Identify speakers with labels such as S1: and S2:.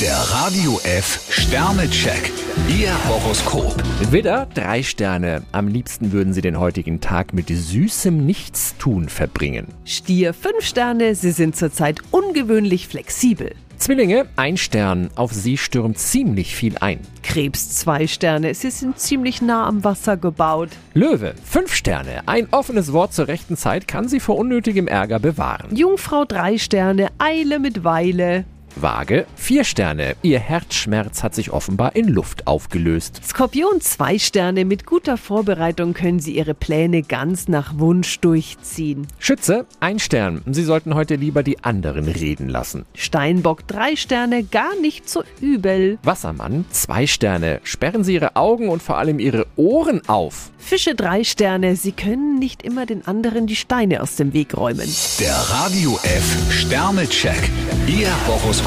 S1: Der Radio F Sternecheck. Ihr Horoskop.
S2: Widder, drei Sterne. Am liebsten würden Sie den heutigen Tag mit süßem Nichtstun verbringen.
S3: Stier 5 Sterne, Sie sind zurzeit ungewöhnlich flexibel.
S2: Zwillinge, ein Stern. Auf Sie stürmt ziemlich viel ein.
S3: Krebs 2 Sterne, Sie sind ziemlich nah am Wasser gebaut.
S2: Löwe, fünf Sterne. Ein offenes Wort zur rechten Zeit kann Sie vor unnötigem Ärger bewahren.
S3: Jungfrau 3 Sterne, Eile mit Weile.
S2: Waage, vier Sterne. Ihr Herzschmerz hat sich offenbar in Luft aufgelöst.
S3: Skorpion 2 Sterne, mit guter Vorbereitung können Sie Ihre Pläne ganz nach Wunsch durchziehen.
S2: Schütze, ein Stern. Sie sollten heute lieber die anderen reden lassen.
S3: Steinbock 3 Sterne, gar nicht so übel.
S2: Wassermann, zwei Sterne. Sperren Sie Ihre Augen und vor allem Ihre Ohren auf.
S3: Fische 3 Sterne, Sie können nicht immer den anderen die Steine aus dem Weg räumen.
S1: Der Radio F Sternecheck. Ihr Horoskop.